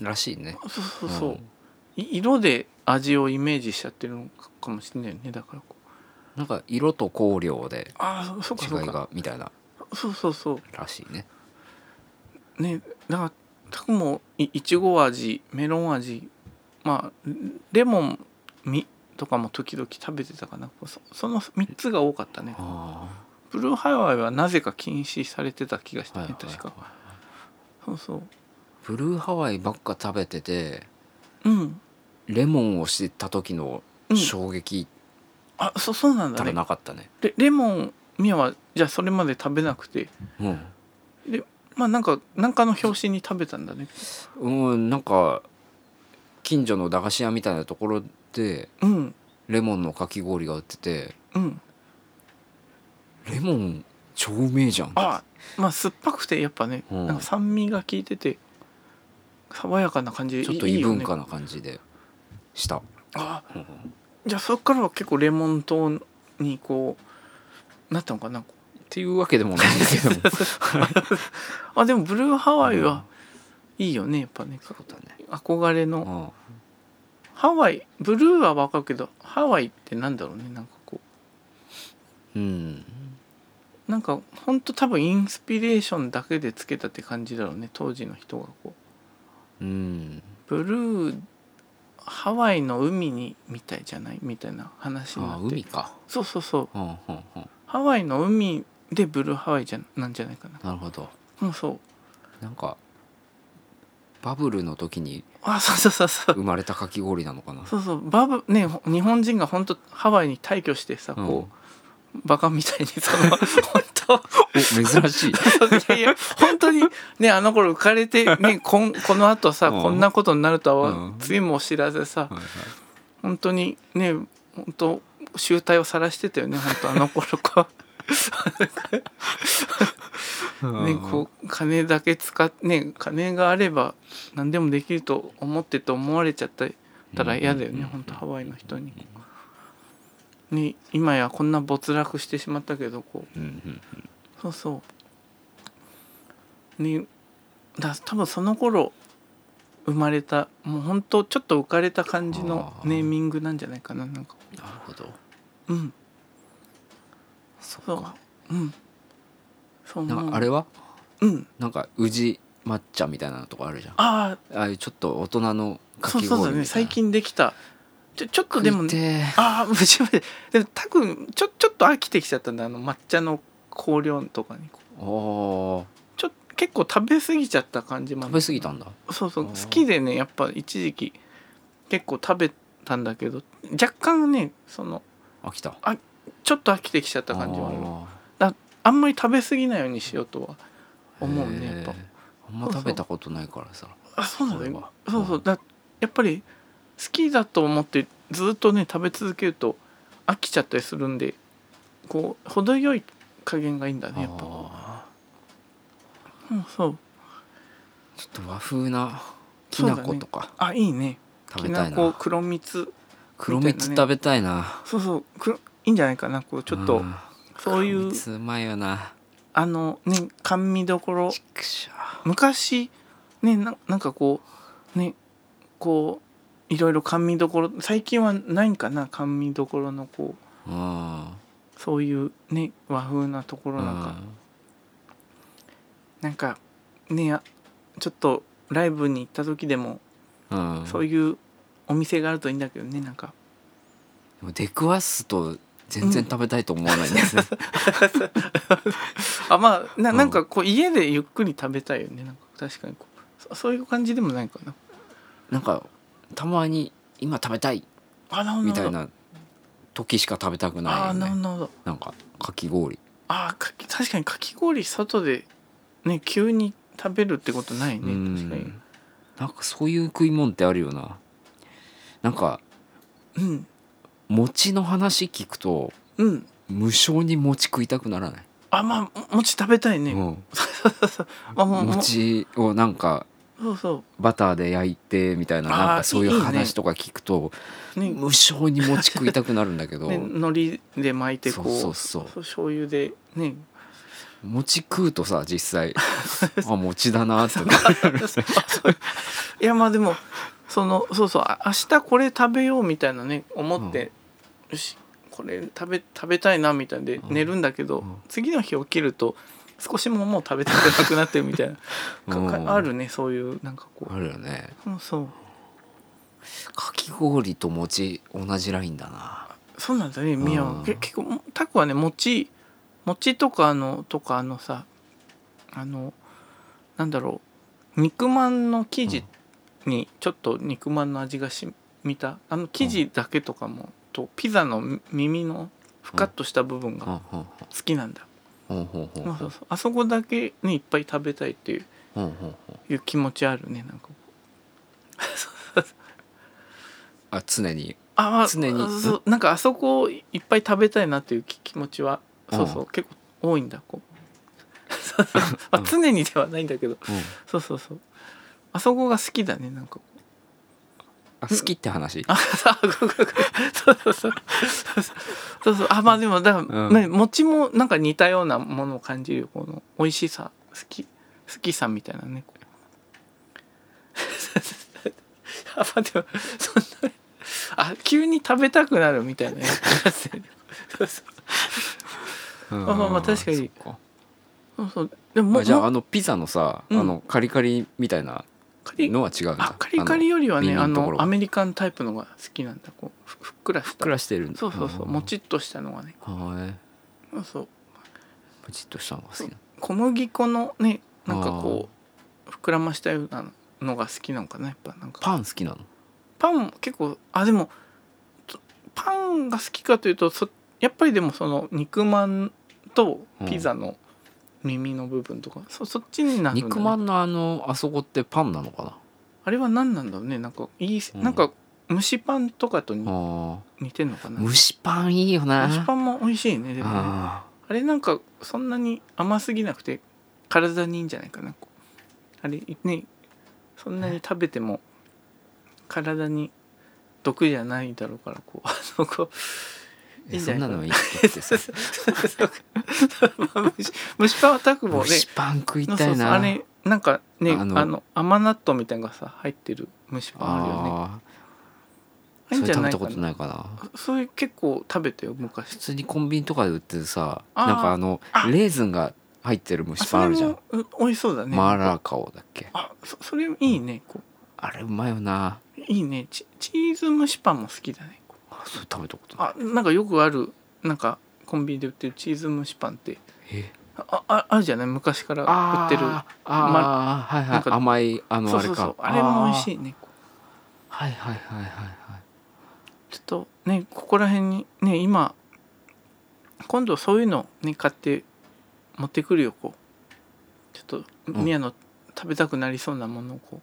Speaker 3: らしいね
Speaker 2: うそうそうそう、
Speaker 3: うん
Speaker 2: い色で味をイメージしちゃってるのかかもしれないよねだからこう
Speaker 3: なんか色と香料で
Speaker 2: ああそうかそ
Speaker 3: 違
Speaker 2: う
Speaker 3: い
Speaker 2: か
Speaker 3: がみたいな
Speaker 2: そうそうそ
Speaker 3: らしいね
Speaker 2: うねだからたくもいいちご味メロン味まあレモンみとかも時々食べてたかなそその3つが多かったね
Speaker 3: あ
Speaker 2: ブルーハワイはなぜか禁止されてた気がして
Speaker 3: あ、
Speaker 2: ね、
Speaker 3: はいはいはい
Speaker 2: 確かそうそ
Speaker 3: ブルーハワイばっか食べてて
Speaker 2: ううん
Speaker 3: レモンを知った時の
Speaker 2: うん
Speaker 3: 衝撃
Speaker 2: あそそうなんだ
Speaker 3: たら
Speaker 2: ね
Speaker 3: なかったね、
Speaker 2: レレモンミヤはじゃあそれまで食べなくてまあなんかなんかの表紙に食べたんだね
Speaker 3: うん、うん、なんか近所の駄菓子屋みたいなところで
Speaker 2: うん
Speaker 3: レモンのかき氷が売ってて
Speaker 2: うん
Speaker 3: レモン超うめえじゃん
Speaker 2: あまあ酸っぱくてやっぱね、
Speaker 3: うん
Speaker 2: なんか酸味が効いてて爽やかな感じでい
Speaker 3: ちょっと
Speaker 2: い
Speaker 3: 異
Speaker 2: いよ
Speaker 3: 文
Speaker 2: ね
Speaker 3: 化な感じでした、
Speaker 2: あ
Speaker 3: うん
Speaker 2: じゃあそっからは結構レモン糖にこうなったのかな
Speaker 3: って いうわけでもないんだけども
Speaker 2: あでもブルーハワイはいいよねやっぱね
Speaker 3: そうだね
Speaker 2: 憧れの
Speaker 3: うん
Speaker 2: ハワイブルーは分かるけどハワイってなんだろうねなんかこ
Speaker 3: うん
Speaker 2: なんかほんと多分インスピレーションだけでつけたって感じだろうね当時の人がこう
Speaker 3: うん
Speaker 2: ブルーハワイの海にみたいじゃないみたいな話にな
Speaker 3: あ
Speaker 2: って
Speaker 3: 海か
Speaker 2: そうそうそう
Speaker 3: うんうんうん
Speaker 2: ハワイの海でブルーハワイじゃなんじゃないかな
Speaker 3: なるほど
Speaker 2: もうそう
Speaker 3: なんかバブルの時に
Speaker 2: あそうそうそうそう
Speaker 3: 生まれたかき氷なのかな
Speaker 2: そうそうバブねほ日本人が本当ハワイに退去してさこう、バカみたいにその本
Speaker 3: うんお珍 しい
Speaker 2: 当いやいや本当にねあの頃浮かれてねこんこのあとさ、
Speaker 3: うん
Speaker 2: こんなことになるとは
Speaker 3: うん
Speaker 2: つゆも知らずさ、
Speaker 3: はいはい
Speaker 2: 本当にね本当集体を晒してたよね本当あの頃かねこう金だけ使ってね金があれば何でもできると思ってと思われちゃったたら嫌だよね本当ハワイの人に。ね今やこんな没落してしまったけどこ
Speaker 3: うんうん
Speaker 2: うそうそう。ねだ多分その頃生まれたもう本当ちょっと浮かれた感じの
Speaker 3: あー
Speaker 2: ネーミングなんじゃないかななんか
Speaker 3: なるほど
Speaker 2: うん
Speaker 3: そっ
Speaker 2: そう
Speaker 3: か
Speaker 2: うんそう思
Speaker 3: な
Speaker 2: うん
Speaker 3: かあれは
Speaker 2: うん
Speaker 3: なんか宇治抹茶みたいなのとかあるじゃんあ
Speaker 2: あ
Speaker 3: あいうちょっと大人の
Speaker 2: あ
Speaker 3: か
Speaker 2: そう
Speaker 3: き氷み
Speaker 2: そう
Speaker 3: た
Speaker 2: だ
Speaker 3: いな
Speaker 2: ね最近できたちょちょっとでも
Speaker 3: 食いてえ
Speaker 2: ああ無事まででも多分ちょちょっと飽きてきちゃったんだあの抹茶の香料とかにこう
Speaker 3: おー
Speaker 2: ちょ結構食べ過ぎちゃった感じもあ
Speaker 3: 食
Speaker 2: る
Speaker 3: べ過ぎたんだ
Speaker 2: そうそう
Speaker 3: あ
Speaker 2: 好
Speaker 3: ー
Speaker 2: きでねやっぱ一時期結構食べたんだけど若干ねその
Speaker 3: 飽きた
Speaker 2: ちょっと飽きてきちゃった感じもある
Speaker 3: あ
Speaker 2: あんまり食べ過ぎないようにしようとは
Speaker 3: ー
Speaker 2: 思うねやっぱ
Speaker 3: へーあんま食べたことないからさ
Speaker 2: あそうなんだ
Speaker 3: それ
Speaker 2: よ
Speaker 3: は
Speaker 2: そうそううんだやっぱり好きだと思ってずっとね食べ続けると飽きちゃったりするんでこう程よい加減がいいんだねやっぱ
Speaker 3: あ
Speaker 2: うんそう
Speaker 3: ーちょっと和風なき
Speaker 2: そうだ
Speaker 3: な
Speaker 2: ね
Speaker 3: 粉とか
Speaker 2: あいいね
Speaker 3: 食
Speaker 2: き
Speaker 3: べた
Speaker 2: ない粉
Speaker 3: な
Speaker 2: 黒蜜
Speaker 3: 黒蜜食べたいな
Speaker 2: そうそう黒いいんじゃないかなこうちょっと
Speaker 3: ん
Speaker 2: そういう
Speaker 3: 黒蜜うまいよな
Speaker 2: あのね甘味どころ
Speaker 3: ちくしょ
Speaker 2: 昔ねななんかこうねこういろいろ甘味どころ最近はないんかな甘味どころのこう
Speaker 3: ううん
Speaker 2: そういうね和風なところなんか、なんかねあちょっとライブに行った時でも、
Speaker 3: うんうん
Speaker 2: そういうお店があるといいんだけどねなんか
Speaker 3: でも出くわすと全然食べたいと思わないんですね、
Speaker 2: あまあな
Speaker 3: うん
Speaker 2: なんかこう家でゆっくり食べたいよねなんか確かにこうそそういう感じでもないかな
Speaker 3: なんかたまに今食べたい
Speaker 2: あなるほど
Speaker 3: みたいな時しか食べたく
Speaker 2: あ
Speaker 3: な
Speaker 2: ー
Speaker 3: い
Speaker 2: な
Speaker 3: よ
Speaker 2: るほ
Speaker 3: ね
Speaker 2: どなるほど
Speaker 3: なんかかき氷
Speaker 2: あーかき確かにかき氷外でね急に食べるってことないうね確かに
Speaker 3: んなんかそういう食い物ってあるよななんか
Speaker 2: うん
Speaker 3: 餅の話聞くと
Speaker 2: うん
Speaker 3: 無性に餅食いたくならない、
Speaker 2: あまあも餅食べたいね、
Speaker 3: うん
Speaker 2: まあもうも
Speaker 3: 餅をなんか
Speaker 2: そうそ
Speaker 3: バターで焼いてみたいな
Speaker 2: あー
Speaker 3: なんかそう
Speaker 2: い
Speaker 3: い
Speaker 2: いうね
Speaker 3: 話とか聞くと
Speaker 2: うね
Speaker 3: 無性に餅食いたくなるんだけど、
Speaker 2: ね海苔で巻いて
Speaker 3: そ
Speaker 2: こ
Speaker 3: う
Speaker 2: う
Speaker 3: そうそう
Speaker 2: そう醤油でね
Speaker 3: 餅食うとさ実 際あ餅だなってなる
Speaker 2: いやまあでもそのそうそうあ明日これ食べようみたいなね思って、よしこれ食べ食べたいなみたいで
Speaker 3: うん
Speaker 2: 寝るんだけど、
Speaker 3: うん
Speaker 2: 次の日起きると少しももう食べたくなくなってるみたい な
Speaker 3: うん
Speaker 2: かかあるねそういうなんかこ
Speaker 3: あるよね
Speaker 2: う、うん、そう
Speaker 3: かき氷と餅同じラインだな
Speaker 2: そうなんだねミヤ
Speaker 3: う
Speaker 2: は
Speaker 3: ん
Speaker 2: け結構タクはね餅餅とかあのとかあのさあのなんだろう肉まんの生地にちょっと肉まんの味がしみたあの生地だけとかもとピザのみ耳のふかっとした部分
Speaker 3: うん
Speaker 2: が
Speaker 3: うん
Speaker 2: 好きなんだ、
Speaker 3: うんほうほうほ
Speaker 2: そううそうあそこだけにいっぱい食べたいっていう
Speaker 3: ほうほうほう
Speaker 2: いう気持ちあるねなんか
Speaker 3: あ常に
Speaker 2: あ、まあ、
Speaker 3: 常に
Speaker 2: そうなんかあそこをいっぱい食べたいなっていう気気持ちはそうそう、
Speaker 3: う
Speaker 2: 結構多いんだこうそうそう まあ
Speaker 3: うん
Speaker 2: 常にではないんだけど
Speaker 3: うん
Speaker 2: そうそうそうあそこが好きだねなんか
Speaker 3: あ好きって話
Speaker 2: あさあごめんごめんそうそうそうそうそうあまあでもだから、
Speaker 3: うん
Speaker 2: ね餅もなんか似たようなものを感じるよこの美味しさ好き好きさみたいなねこうあまあでもそんなあ急に食べたくなるみたいなやつそうそう
Speaker 3: うん
Speaker 2: まあまあ確かに
Speaker 3: そっか
Speaker 2: そうそうでもも
Speaker 3: あじゃあ
Speaker 2: も
Speaker 3: あのピザのさ、
Speaker 2: うん
Speaker 3: あのカリカリみたいな
Speaker 2: カリ
Speaker 3: のは違うんだ
Speaker 2: あカリカリよりはねあ
Speaker 3: あの耳のとこ
Speaker 2: の
Speaker 3: ろ
Speaker 2: アメリカンタイプのが好きなんだこうふふっくらし
Speaker 3: ふったくらしてるんだ
Speaker 2: そうそうそうもちっとしたのがね
Speaker 3: はい
Speaker 2: そう
Speaker 3: もちっとしたのが好きな
Speaker 2: 小麦粉のねなんかこう膨らましたようなのが好きなのかなやっぱなんか
Speaker 3: パン好きなの
Speaker 2: パンも結構あでもとパンが好きかというとそやっぱりでもその肉まんとピザの耳の部分とか、そそっちになるんだね、
Speaker 3: 肉まんのあのあそこってパンなのかな
Speaker 2: あれは何なんだろうねなんかいい、
Speaker 3: うん
Speaker 2: なんか蒸しパンとかと
Speaker 3: あ
Speaker 2: に
Speaker 3: ー
Speaker 2: 似てんのかな蒸
Speaker 3: 蒸しパンいいよな
Speaker 2: しパンも美味しいねでもねあ
Speaker 3: あ
Speaker 2: れなんかそんなに甘すぎなくて体にいいんじゃないかなこうあれねそんなに食べても体に毒じゃないだろうからこうあ のこういい
Speaker 3: ーえ
Speaker 2: んじ
Speaker 3: そ
Speaker 2: ゃ
Speaker 3: ん
Speaker 2: な
Speaker 3: な
Speaker 2: か
Speaker 3: い
Speaker 2: な
Speaker 3: の いいってってさ
Speaker 2: 虫虫歯アタックも
Speaker 3: 蒸
Speaker 2: ね
Speaker 3: しパン食い
Speaker 2: そう
Speaker 3: た
Speaker 2: そうそ
Speaker 3: い
Speaker 2: う
Speaker 3: な
Speaker 2: あれなんかねあ
Speaker 3: あ
Speaker 2: の
Speaker 3: の
Speaker 2: 甘納豆みたいなのがさ入ってる虫歯あるよね
Speaker 3: あ
Speaker 2: あ
Speaker 3: ー
Speaker 2: いいん
Speaker 3: そ
Speaker 2: じ
Speaker 3: れ
Speaker 2: ゃ
Speaker 3: 食
Speaker 2: な
Speaker 3: べ
Speaker 2: いかな
Speaker 3: たことないかな
Speaker 2: そういう結構食べたよ昔
Speaker 3: 普通にコンビニとかで売ってるさ
Speaker 2: あー
Speaker 3: なんかあの
Speaker 2: あ
Speaker 3: レーズンが入ってる蒸しパンあるじゃん
Speaker 2: あそれもう美味しそうだね
Speaker 3: マーラーカオだっけ
Speaker 2: あそそれいいねこ
Speaker 3: あれうまいよな
Speaker 2: ういいねチチーズ蒸しパンも好きだね
Speaker 3: あそれ食べたことない
Speaker 2: あなんかよくあるなんかコンビニで売ってるチーズ蒸しパンって
Speaker 3: え
Speaker 2: あああるじゃない昔から売ってる
Speaker 3: あー
Speaker 2: ま
Speaker 3: あーはい
Speaker 2: な
Speaker 3: は
Speaker 2: ん
Speaker 3: い
Speaker 2: か
Speaker 3: 甘いあの
Speaker 2: そう
Speaker 3: あれ
Speaker 2: そうそう
Speaker 3: か
Speaker 2: あれも美味し
Speaker 3: い
Speaker 2: いね
Speaker 3: はいはいはいはいはい
Speaker 2: ちょっとねここら辺にね今今度そういうのね買って持ってくるよこうちょっと
Speaker 3: うん
Speaker 2: 宮野、食べたくなりそうなものをこ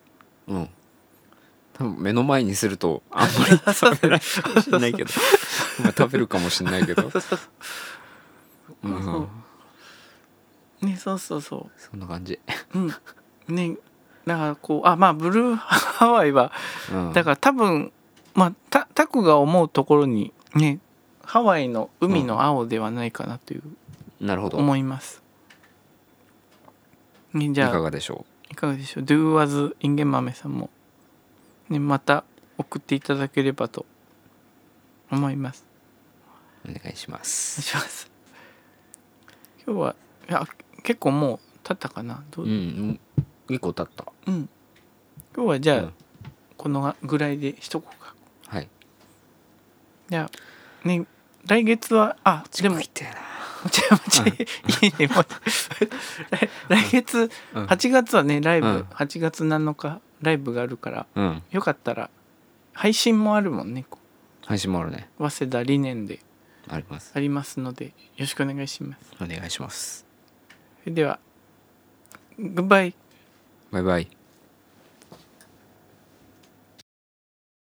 Speaker 2: う
Speaker 3: うん多分目の前にするとあんまり食べないかもし れないけどまあ食べるかもしれない けど、う
Speaker 2: そ
Speaker 3: ん、
Speaker 2: ねそうそうそ
Speaker 3: そんな感じ、
Speaker 2: ううんねだからこうあまあブルーハワイは
Speaker 3: うん、
Speaker 2: だから多分まあたタクが思うところにねハワイの海の青ではないかなという
Speaker 3: なるほど
Speaker 2: 思います、ねじ
Speaker 3: い
Speaker 2: ゃあ
Speaker 3: かがでしょ
Speaker 2: いかがでしょう Do as インゲン豆さんも、ね、また送っていただければと思い ます
Speaker 3: うお願いしま
Speaker 2: お願い
Speaker 3: す
Speaker 2: します今日はいや結構もう経ったかなど
Speaker 3: う
Speaker 2: う、
Speaker 3: んうん結構経った
Speaker 2: うん今日はじゃあ、
Speaker 3: うん
Speaker 2: このぐらいでしとこうか
Speaker 3: はい
Speaker 2: じゃあね来月はあでもも
Speaker 3: いて
Speaker 2: ちろんもちろんいいねもう来来月
Speaker 3: うん
Speaker 2: 8月はねライブ、
Speaker 3: うん
Speaker 2: 8月7日ライブがあるから
Speaker 3: なうん
Speaker 2: よかったら配信もあるもんねこう
Speaker 3: 配信もあるね
Speaker 2: 早稲田理念で
Speaker 3: あります
Speaker 2: ありますのでよろしくお願いします
Speaker 3: お願いします
Speaker 2: それではグッバイ
Speaker 3: バイバイ